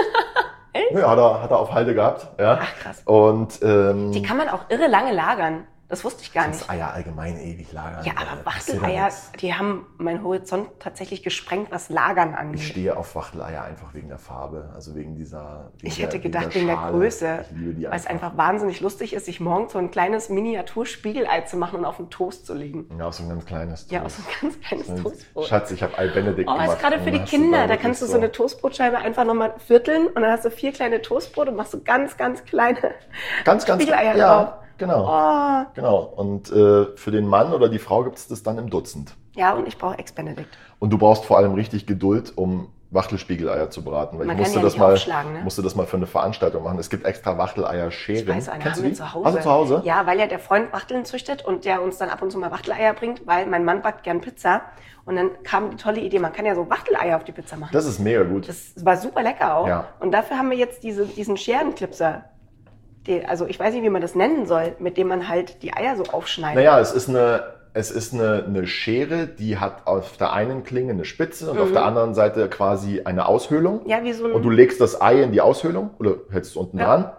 S2: ja, hat er, hat er auf Halde gehabt. Ja.
S1: Ach, krass.
S2: Und ähm,
S1: die kann man auch irre lange lagern. Das wusste ich gar nicht.
S2: das Eier allgemein ewig lagern.
S1: Ja,
S2: Da
S1: aber
S2: passiert ja
S1: Wachteleier,
S2: nichts.
S1: die haben meinen Horizont tatsächlich gesprengt, was Lagern
S2: Ich
S1: angeht.
S2: stehe auf Wachteleier einfach wegen der Farbe, also wegen dieser. Wegen
S1: Ich hätte
S2: wegen
S1: gedacht, wegen der
S2: Schale.
S1: Größe,
S2: Ich liebe die
S1: weil es einfach wahnsinnig lustig ist, sich morgens so ein kleines Miniaturspiegelei zu machen und auf den Toast zu legen.
S2: Ja, aus so ein ganz kleines
S1: Ja,
S2: Toast.
S1: aus so ein ganz kleines Toastbrot.
S2: Schatz, ich habe Al Benedict
S1: Oh,
S2: gemacht.
S1: ist gerade für
S2: Und
S1: die
S2: hast du
S1: Kinder. Da
S2: wirklich
S1: kannst du so eine Toastbrotscheibe einfach nochmal vierteln und dann hast du vier kleine Toastbrote und machst so ganz, ganz kleine.
S2: ganz, ganz
S1: Spiegeleier
S2: ja,
S1: drauf.
S2: Genau,
S1: Oh.
S2: genau. Und äh, für den Mann oder die Frau gibt es das dann im Dutzend.
S1: Ja, und ich brauche Ex-Benedict.
S2: Und du brauchst vor allem richtig Geduld, um Wachtelspiegeleier zu braten. Weil
S1: Man
S2: ich
S1: kann
S2: musste,
S1: die ja
S2: das
S1: nicht
S2: mal,
S1: aufschlagen, ne?
S2: musste das mal für eine Veranstaltung machen. Es gibt extra Wachteleier-Scheren.
S1: Ich weiß, eine
S2: Kennst
S1: haben
S2: du
S1: wir
S2: die?
S1: zu Hause.
S2: Hast du zu Hause?
S1: Ja, weil ja der Freund Wachteln züchtet und der uns dann ab und zu mal Wachteleier bringt, weil mein Mann backt gern Pizza. Und dann kam die tolle Idee, man kann ja so Wachteleier auf die Pizza machen.
S2: Das ist mega gut.
S1: Das, war super lecker auch.
S2: Ja.
S1: Und dafür haben wir jetzt diese, diesen Scherenclipser. Die, also ich weiß nicht, wie man das nennen soll, mit dem man halt die Eier so aufschneidet.
S2: Naja, es ist eine, es ist eine, eine Schere, die hat auf der einen Klinge eine Spitze und auf der anderen Seite quasi eine Aushöhlung.
S1: Mhm. Ja, wie so ein...
S2: Und du legst das Ei in die Aushöhlung oder hältst es unten
S1: Ja.
S2: dran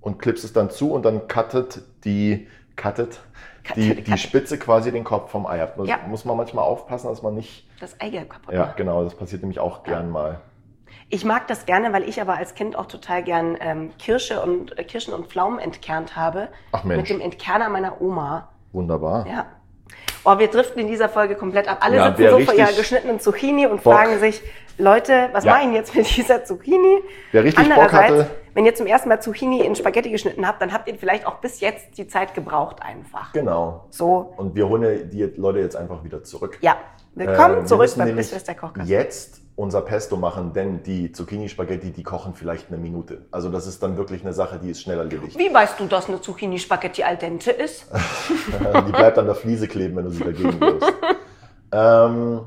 S2: und klippst es dann zu und dann cuttet die, cuttet,
S1: Cuttet,
S2: die, die
S1: cuttet.
S2: Spitze quasi den Kopf vom Ei ab. Da
S1: Ja.
S2: muss man manchmal aufpassen, dass man nicht.
S1: das Eigelb kaputt
S2: Ja,
S1: macht.
S2: genau, das passiert nämlich auch gern mal.
S1: Ich mag das gerne, weil ich aber als Kind auch total gern ähm, Kirsche und, äh, Kirschen und Pflaumen entkernt habe.
S2: Ach
S1: Mit
S2: Mensch.
S1: dem Entkerner meiner Oma.
S2: Wunderbar.
S1: Ja. Oh, wir driften in dieser Folge komplett ab. Alle
S2: Ja,
S1: sitzen
S2: wer
S1: so vor
S2: richtig
S1: ihrer geschnittenen Zucchini und
S2: Bock-
S1: fragen sich, Leute, was
S2: Ja.
S1: mache ich denn jetzt mit dieser Zucchini?
S2: Wer richtig Bock
S1: Andererseits,
S2: hatte-
S1: wenn ihr zum ersten Mal Zucchini in Spaghetti geschnitten habt, dann habt ihr vielleicht auch bis jetzt die Zeit gebraucht einfach.
S2: Genau.
S1: So,
S2: Und wir holen die Leute jetzt einfach wieder zurück.
S1: ja. Willkommen
S2: Ähm,
S1: zurück
S2: müssen
S1: beim
S2: nämlich
S1: Bisswester Kochkast.
S2: Jetzt unser Pesto machen, denn die Zucchini-Spaghetti, die kochen vielleicht eine Minute. Also das ist dann wirklich eine Sache, die ist schneller erledigt.
S1: Wie weißt du, dass eine Zucchini-Spaghetti al dente ist?
S2: die bleibt an der Fliese kleben, wenn du sie dagegen wirfst. ähm,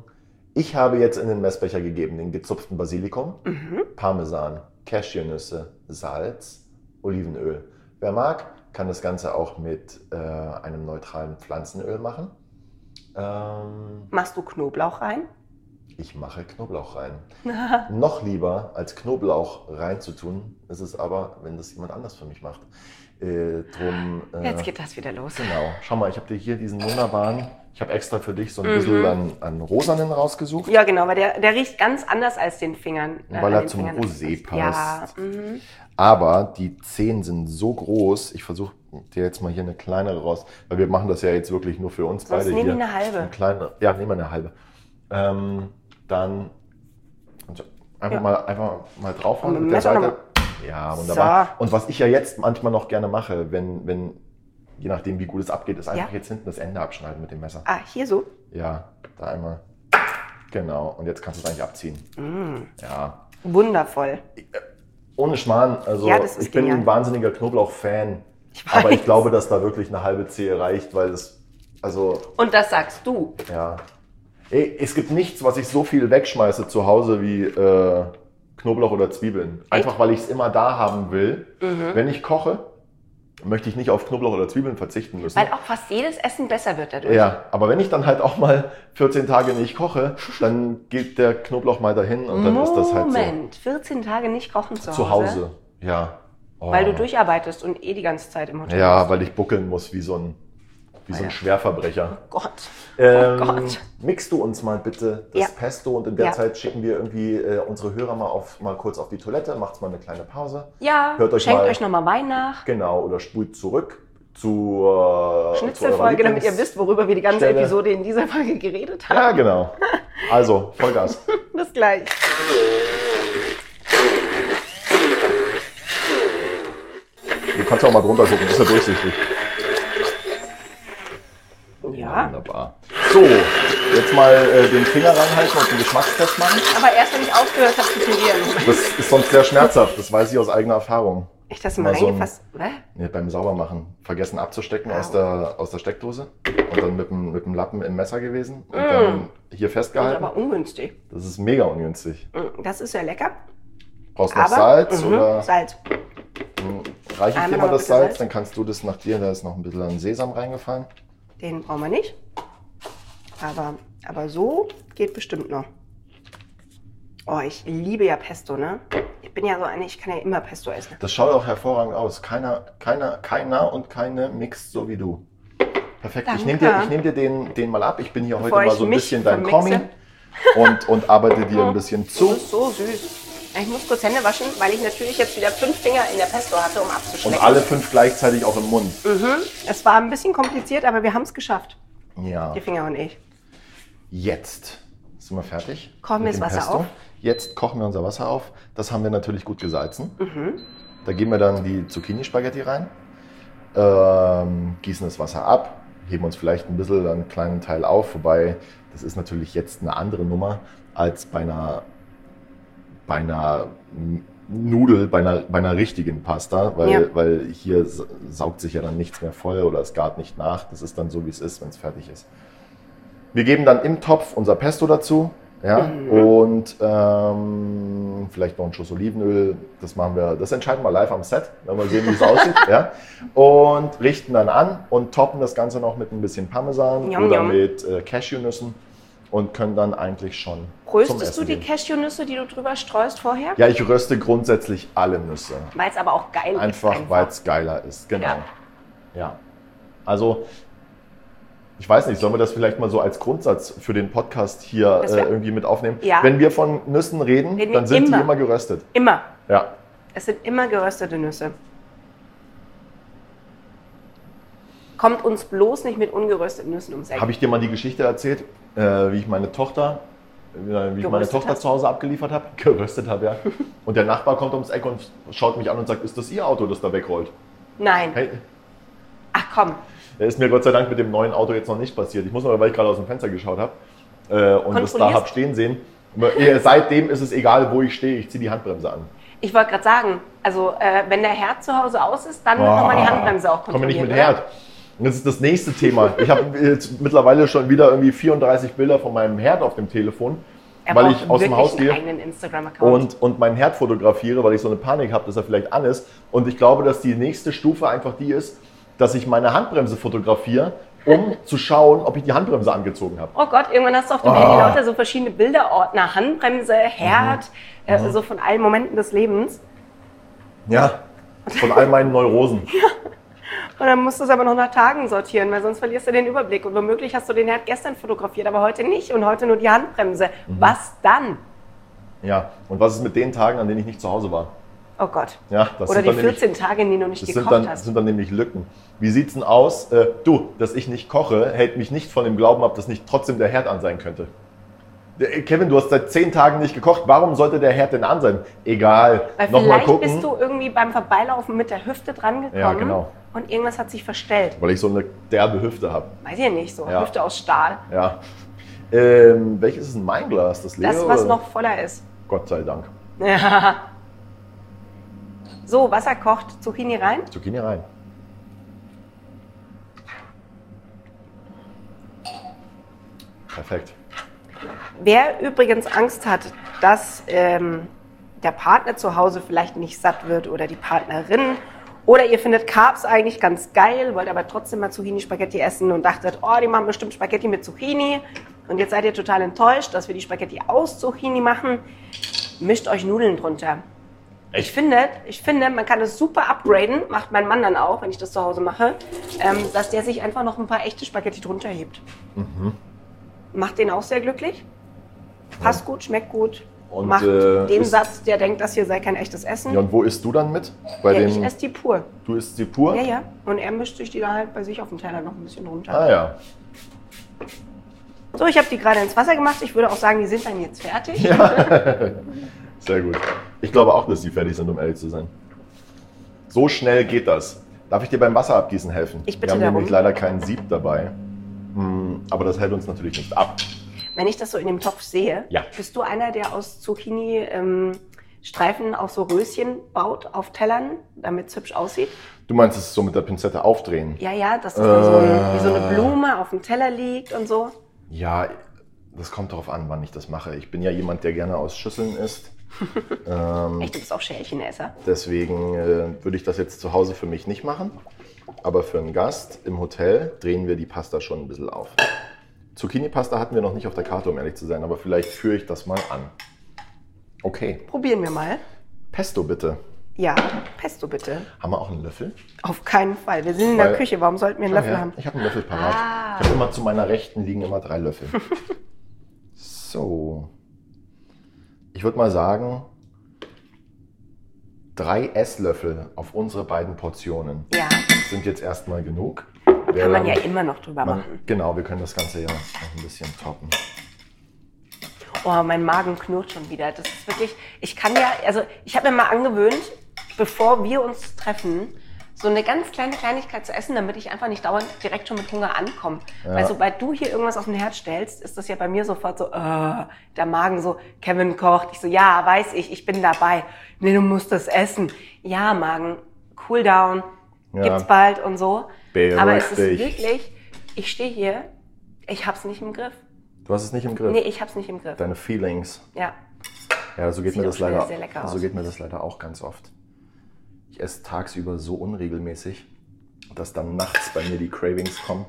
S2: ich habe jetzt in den Messbecher gegeben den gezupften Basilikum,
S1: Mhm.
S2: Parmesan, Cashewnüsse, Salz, Olivenöl. Wer mag, kann das Ganze auch mit äh, einem neutralen Pflanzenöl machen. Ähm,
S1: Machst du Knoblauch rein?
S2: ich mache Knoblauch rein. Noch lieber als Knoblauch reinzutun, ist es aber, wenn das jemand anders für mich macht. Äh, drum, äh,
S1: Jetzt geht das wieder los.
S2: Genau. Schau mal, ich habe dir hier diesen wunderbaren, ich habe extra für dich so ein bisschen an, an Rosanen rausgesucht,
S1: Ja, genau, weil der, der riecht ganz anders als den Fingern. äh,
S2: weil
S1: an
S2: er
S1: den
S2: zum
S1: Fingern.
S2: Rosé
S1: Ja,
S2: passt.
S1: mhm.
S2: Aber die Zehen sind so groß, ich versuche dir jetzt mal hier eine kleinere raus, weil wir machen das ja jetzt wirklich nur für uns
S1: Sonst
S2: beide
S1: nehm ich
S2: hier.
S1: eine halbe.
S2: Eine kleine, ja, nehmen wir eine halbe. Ähm, dann und so, einfach,
S1: Ja.
S2: mal, einfach mal draufhauen
S1: Und
S2: mit der
S1: Messer noch
S2: Seite. Ja, wunderbar.
S1: So.
S2: Und was ich ja jetzt manchmal noch gerne mache, wenn, wenn je nachdem wie gut es abgeht, ist einfach
S1: Ja.
S2: jetzt hinten das Ende abschneiden mit dem Messer.
S1: Ah, hier so?
S2: Ja, da einmal. Genau, und jetzt kannst du es eigentlich abziehen.
S1: Mm.
S2: Ja,
S1: Wundervoll.
S2: ohne Schmarrn, also
S1: Ja, das ist
S2: ich bin
S1: genial.
S2: ein wahnsinniger Knoblauch-Fan.
S1: Ich
S2: Aber ich
S1: weiß.
S2: glaube, dass da wirklich eine halbe Zehe reicht, weil es, also,
S1: Und das sagst du.
S2: ja. Ey, es gibt nichts, was ich so viel wegschmeiße zu Hause wie äh, Knoblauch oder Zwiebeln. Einfach, weil ich es immer da haben will.
S1: Mhm.
S2: Wenn ich koche, möchte ich nicht auf Knoblauch oder Zwiebeln verzichten müssen.
S1: Weil auch fast jedes Essen besser wird dadurch.
S2: Ja, aber wenn ich dann halt auch mal 14 Tage nicht koche, dann geht der Knoblauch mal dahin und dann
S1: Moment,
S2: ist das halt so.
S1: 14 Tage nicht kochen zu Hause.
S2: Zu Hause, ja. Oh.
S1: Weil du durcharbeitest und eh die ganze Zeit im Hotel
S2: Ja,
S1: bist.
S2: weil ich buckeln muss wie so ein, wie
S1: Ah
S2: so ein
S1: Ja. Oh
S2: Schwerverbrecher.
S1: Gott.
S2: Ähm,
S1: Gott.
S2: Mixst du uns mal bitte das
S1: Ja.
S2: Pesto und in der
S1: Ja.
S2: Zeit schicken wir irgendwie äh, unsere Hörer mal, auf, mal kurz auf die Toilette, macht mal eine kleine Pause.
S1: Ja,
S2: Hört euch
S1: schenkt
S2: mal-
S1: euch nochmal Wein nach.
S2: Genau, oder spult zurück zur zu eurer
S1: Schnitzelfolge, damit ihr
S2: Lieblings-
S1: wisst, worüber wir die ganze
S2: Stelle.
S1: Episode in dieser Folge geredet haben.
S2: Ja, genau. Also, Vollgas.
S1: Bis gleich.
S2: Du kannst auch mal drunter gucken, das ist ja durchsichtig.
S1: Ja,
S2: Wunderbar. So, jetzt mal äh, den Finger ranhalten und den Geschmackstest machen.
S1: aber erst wenn ich aufgehört habe zu pürieren.
S2: Das ist sonst sehr schmerzhaft, das weiß ich aus eigener Erfahrung.
S1: Ich das mal
S2: Mal so ein-
S1: reingefasst. Hä?
S2: Nee, beim Saubermachen. Vergessen abzustecken aus, der, aus der Steckdose und dann mit dem, mit dem Lappen im Messer gewesen und
S1: Mm.
S2: dann hier
S1: Das ist
S2: festgehalten.
S1: aber ungünstig.
S2: Das ist mega ungünstig.
S1: Mm, Das ist ja lecker.
S2: Brauchst noch
S1: Aber
S2: Salz
S1: Mhm,
S2: oder
S1: Salz.
S2: reiche ich
S1: Einmal
S2: dir
S1: noch
S2: mal das
S1: bitte
S2: Salz?
S1: Salz.
S2: Dann kannst du das nach dir, da ist noch ein bisschen an Sesam reingefallen.
S1: Den brauchen wir nicht. Aber, aber so geht bestimmt noch. Oh, ich liebe ja Pesto, ne? Ich bin ja so eine, ich kann ja immer Pesto essen.
S2: Das schaut auch hervorragend aus. Keiner, keiner, keiner und keine mixt so wie du. Perfekt. Ich nehme dir,
S1: Danke.
S2: ich nehm dir den, den mal ab. Ich bin hier
S1: Bevor
S2: heute mal
S1: ich
S2: so ein
S1: mich
S2: bisschen dein Kommi
S1: vermixe.
S2: und, und arbeite dir ein bisschen
S1: Das
S2: zu.
S1: ist so süß. Ich muss kurz Hände waschen, weil ich natürlich jetzt wieder fünf Finger in der Pesto hatte, um
S2: Und
S1: abzuschmecken. Mhm.
S2: alle fünf gleichzeitig auch im Mund.
S1: Es war ein bisschen kompliziert, aber wir haben es geschafft,
S2: Ja.
S1: die Finger und ich.
S2: Jetzt sind wir fertig.
S1: Kochen wir
S2: mit
S1: das
S2: dem
S1: Wasser auf?
S2: Jetzt kochen wir unser Wasser auf. Das haben wir natürlich gut gesalzen.
S1: Mhm.
S2: Da geben wir dann die Zucchini-Spaghetti rein, ähm, gießen das Wasser ab, heben uns vielleicht ein bisschen einen kleinen Teil auf, wobei das ist natürlich jetzt eine andere Nummer als bei einer, bei einer N- Nudel, bei einer, bei einer richtigen Pasta, weil,
S1: Ja.
S2: weil hier s- saugt sich ja dann nichts mehr voll oder es gart nicht nach. Das ist dann so, wie es ist, wenn es fertig ist. Wir geben dann im Topf unser Pesto dazu. Ja,
S1: Mhm.
S2: und ähm, vielleicht noch einen Schuss Olivenöl. Das machen wir, das entscheiden wir live am Set, wenn wir sehen, wie es aussieht. Ja. Und richten dann an und toppen das Ganze noch mit ein bisschen Parmesan
S1: Yum,
S2: oder
S1: yum.
S2: mit äh, Cashewnüssen und können dann eigentlich schon. zum
S1: Röstest
S2: Essen
S1: du die
S2: gehen.
S1: Cashewnüsse, die du drüber streust vorher?
S2: Ja, ich röste grundsätzlich alle Nüsse.
S1: Weil es aber auch geil
S2: Einfach,
S1: ist.
S2: weil es geiler ist. Genau.
S1: Ja.
S2: Ja. Also, ich weiß nicht, sollen wir das vielleicht mal so als Grundsatz für den Podcast hier
S1: Das
S2: äh,
S1: wär-
S2: irgendwie mit aufnehmen?
S1: Ja.
S2: Wenn wir von Nüssen reden,
S1: Reden wir
S2: dann sind
S1: immer.
S2: die immer geröstet.
S1: Immer.
S2: Ja.
S1: Es sind immer geröstete Nüsse. Kommt uns bloß nicht mit ungerösteten Nüssen ums Eck.
S2: Habe ich dir mal die Geschichte erzählt, äh, wie ich meine Tochter, äh, wie ich meine
S1: Geröstet
S2: Tochter
S1: hast?
S2: zu Hause abgeliefert habe? Geröstet habe, ja. Und der Nachbar kommt ums Eck und schaut mich an und sagt, ist das Ihr Auto, das da wegrollt?
S1: Nein.
S2: Hey,
S1: Ach komm,
S2: Der ist mir Gott sei Dank mit dem neuen Auto jetzt noch nicht passiert. Ich muss aber, weil ich gerade aus dem Fenster geschaut habe äh, und es da
S1: Kontrollierst-
S2: hab stehen sehen. Aber, äh, Seitdem ist es egal, wo ich stehe, ich ziehe die Handbremse an.
S1: ich wollte gerade sagen, also äh, wenn der Herd zu Hause aus ist, dann
S2: Ah,
S1: kann man die Handbremse auch
S2: Komm mir
S1: kontrollieren.
S2: nicht mit
S1: oder?
S2: Herd. Und Das ist das nächste Thema. Ich habe jetzt mittlerweile schon wieder irgendwie 34 Bilder von meinem Herd auf dem Telefon,
S1: Er
S2: weil
S1: braucht
S2: ich aus dem
S1: wirklich
S2: Haus gehe.
S1: einen eigenen Instagram-Account.
S2: und, und meinen Herd fotografiere, weil ich so eine Panik habe, dass er vielleicht an ist. Und ich glaube, dass die nächste Stufe einfach die ist, dass ich meine Handbremse fotografiere, um zu schauen, ob ich die Handbremse angezogen habe.
S1: Oh Gott, irgendwann hast du auf dem
S2: Ah.
S1: Handy lauter so verschiedene Bilderordner, Handbremse, Herd,
S2: Mhm.
S1: Äh, so von allen Momenten des Lebens.
S2: Ja. Von all meinen Neurosen.
S1: Und dann musst du es aber noch nach Tagen sortieren, weil sonst verlierst du den Überblick. Und womöglich hast du den Herd gestern fotografiert, aber heute nicht und heute nur die Handbremse.
S2: Mhm.
S1: Was dann?
S2: Ja. Und was ist mit den Tagen, an denen ich nicht zu Hause war?
S1: Oh Gott.
S2: Ja, das
S1: Oder
S2: sind
S1: die
S2: dann nämlich-
S1: 14 Tage, in denen du nicht
S2: Das sind
S1: gekocht
S2: dann,
S1: hast.
S2: sind dann nämlich Lücken. Wie sieht's denn aus? Äh, du, dass ich nicht koche, hält mich nicht von dem Glauben ab, dass nicht trotzdem der Herd an sein könnte. Der- äh, Kevin, du hast seit zehn Tagen nicht gekocht. Warum sollte der Herd denn an sein? Egal.
S1: Weil
S2: Nochmal
S1: vielleicht
S2: gucken.
S1: bist du irgendwie beim Vorbeilaufen mit der Hüfte drangekommen
S2: Ja, genau.
S1: und irgendwas hat sich verstellt.
S2: weil ich so eine derbe Hüfte habe.
S1: Weiß ich nicht, so
S2: Ja.
S1: Hüfte aus Stahl.
S2: Ja. Ähm, welches ist denn mein Glas? Das leere?
S1: Das, was
S2: oder?
S1: noch voller ist.
S2: Gott sei Dank.
S1: Ja. So, Wasser kocht, Zucchini rein.
S2: Zucchini rein. Perfekt.
S1: Wer übrigens Angst hat, dass ähm, der Partner zu Hause vielleicht nicht satt wird oder die Partnerin oder ihr findet Carbs eigentlich ganz geil, wollt aber trotzdem mal Zucchini-Spaghetti essen und dachtet, oh, die machen bestimmt Spaghetti mit Zucchini und jetzt seid ihr total enttäuscht, dass wir die Spaghetti aus Zucchini machen, mischt euch Nudeln drunter. Ich finde, ich finde, man kann es super upgraden, macht mein Mann dann auch, wenn ich das zu Hause mache, ähm, dass der sich einfach noch ein paar echte Spaghetti drunter hebt.
S2: Mhm.
S1: Macht den auch sehr glücklich. Passt gut, schmeckt gut.
S2: Und,
S1: macht
S2: äh,
S1: den
S2: ist-
S1: Satz, der denkt, das hier sei kein echtes Essen.
S2: Ja, und wo isst du dann mit? Bei
S1: ja, ich
S2: dem,
S1: esse die pur.
S2: du isst sie pur?
S1: Ja, ja. Und er mischt sich die dann halt bei sich auf dem Teller noch ein bisschen runter.
S2: Ah ja.
S1: So, ich habe die gerade ins Wasser gemacht. Ich würde auch sagen, die sind dann jetzt fertig.
S2: Sehr gut. Ich glaube auch, dass die fertig sind, um ehrlich zu sein. So schnell geht das. Darf ich dir beim Wasser abgießen helfen?
S1: Ich
S2: Wir
S1: bitte
S2: haben
S1: darum.
S2: nämlich leider keinen Sieb dabei. Hm, Aber das hält uns natürlich nicht ab.
S1: Wenn ich das so in dem Topf sehe,
S2: Ja.
S1: bist du einer, der aus Zucchini ähm, Streifen auch so Röschen baut auf Tellern, damit es hübsch aussieht?
S2: Du meinst es so mit der Pinzette aufdrehen?
S1: Ja, ja, dass das dann so, ein, wie so eine
S2: Äh.
S1: Blume auf dem Teller liegt und so.
S2: Ja, das kommt darauf an, wann ich das mache. Ich bin ja jemand, der gerne aus Schüsseln isst. ähm,
S1: Echt, du bist auch Schälchenesser.
S2: deswegen äh, würde ich das jetzt zu Hause für mich nicht machen. Aber für einen Gast im Hotel drehen wir die Pasta schon ein bisschen auf. Zucchini-Pasta hatten wir noch nicht auf der Karte, um ehrlich zu sein, aber vielleicht führe ich das mal an. Okay.
S1: Probieren wir mal.
S2: Pesto bitte.
S1: Ja, Pesto bitte.
S2: Haben wir auch einen Löffel?
S1: Auf keinen Fall. Wir sind in der
S2: Weil-
S1: Küche. Warum sollten wir einen Löffel
S2: Ja,
S1: haben?
S2: Ich habe einen Löffel parat.
S1: Ah.
S2: Ich habe immer zu meiner Rechten liegen immer drei Löffel. so. Ich würde mal sagen, drei Esslöffel auf unsere beiden Portionen
S1: Ja,
S2: sind jetzt erstmal genug.
S1: kann man ja immer noch drüber
S2: man,
S1: machen.
S2: Genau, wir können das Ganze ja noch ein bisschen toppen.
S1: Oh, mein Magen knurrt schon wieder. Das ist wirklich, ich kann ja, also ich habe mir mal angewöhnt, bevor wir uns treffen, so eine ganz kleine Kleinigkeit zu essen, damit ich einfach nicht dauernd direkt schon mit Hunger ankomme. Weil sobald du hier irgendwas auf den Herd stellst, ist das ja bei mir sofort so, äh, der Magen so, Kevin kocht. Ich so, ja, weiß ich, ich bin dabei. Nee, du musst das essen. Ja, Magen, cool down,
S2: Ja.
S1: gibt's bald und so.
S2: Beruhig
S1: Aber es ist
S2: dich.
S1: wirklich, ich stehe hier, ich hab's nicht im Griff.
S2: Du hast es nicht im Griff.
S1: Nee, ich hab's nicht im Griff.
S2: Deine Feelings.
S1: Ja.
S2: Ja, so geht,
S1: Sieht
S2: mir
S1: auch
S2: das
S1: schon
S2: leider,
S1: sehr lecker
S2: so
S1: aus.
S2: geht mir das leider auch ganz oft. Ich esse tagsüber so unregelmäßig, dass dann nachts bei mir die Cravings kommen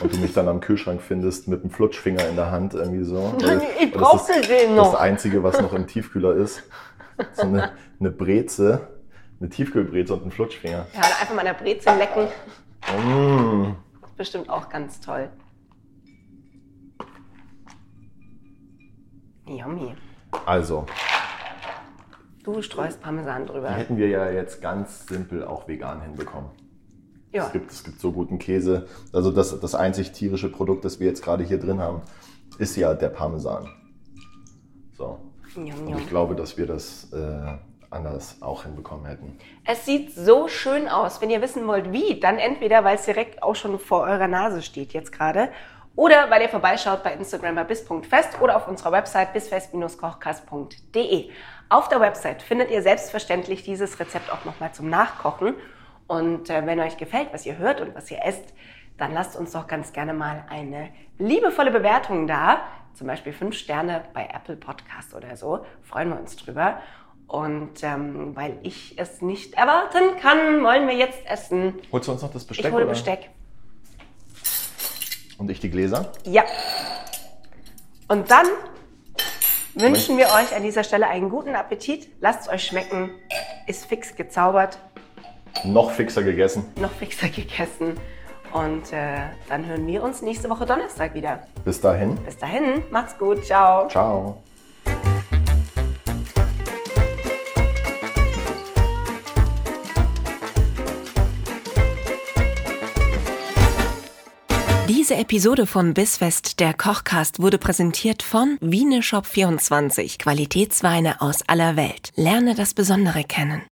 S2: und du mich dann am Kühlschrank findest mit einem Flutschfinger in der Hand irgendwie so. Weil-
S1: Ich
S2: weil
S1: brauchte
S2: das ist
S1: den
S2: Das
S1: noch.
S2: Einzige, was noch im Tiefkühler ist, so eine, eine Breze, eine Tiefkühlbreze und ein Flutschfinger.
S1: Ja, einfach mal an der Brezel lecken.
S2: Mm.
S1: Bestimmt auch ganz toll. Yummy.
S2: Also,
S1: Du streust Parmesan
S2: die
S1: drüber.
S2: hätten wir ja jetzt ganz simpel auch vegan hinbekommen.
S1: Ja.
S2: Es, gibt, es gibt so guten Käse. Also das, das einzig tierische Produkt, das wir jetzt gerade hier drin haben, ist ja der Parmesan. So.
S1: Yum,
S2: Und ich
S1: yum.
S2: glaube, dass wir das äh, anders auch hinbekommen hätten.
S1: Es sieht so schön aus. Wenn ihr wissen wollt, wie, dann entweder, weil es direkt auch schon vor eurer Nase steht jetzt gerade. Oder weil ihr vorbeischaut bei Instagram bei bis.fest oder auf unserer Website bisfest-kochkast.de. Auf der Website findet ihr selbstverständlich dieses Rezept auch nochmal zum Nachkochen. Und äh, wenn euch gefällt, was ihr hört und was ihr esst, dann lasst uns doch ganz gerne mal eine liebevolle Bewertung da. Zum Beispiel fünf Sterne bei Apple Podcast oder so. Freuen wir uns drüber. Und ähm, weil ich es nicht erwarten kann, wollen wir jetzt essen.
S2: Holst du uns noch das Besteck?
S1: ich hole
S2: oder?
S1: Besteck.
S2: Und ich die Gläser?
S1: Ja. Und dann wünschen wir euch an dieser Stelle einen guten Appetit. Lasst es euch schmecken. Ist fix gezaubert,
S2: Noch fixer gegessen.
S1: noch fixer gegessen. Und äh, dann hören wir uns nächste Woche Donnerstag wieder.
S2: Bis dahin.
S1: Bis dahin, macht's gut, ciao.
S2: Ciao.
S3: Diese Episode von Bissfest, der Kochcast, wurde präsentiert von Wieneshop24, Qualitätsweine aus aller Welt. Lerne das Besondere kennen.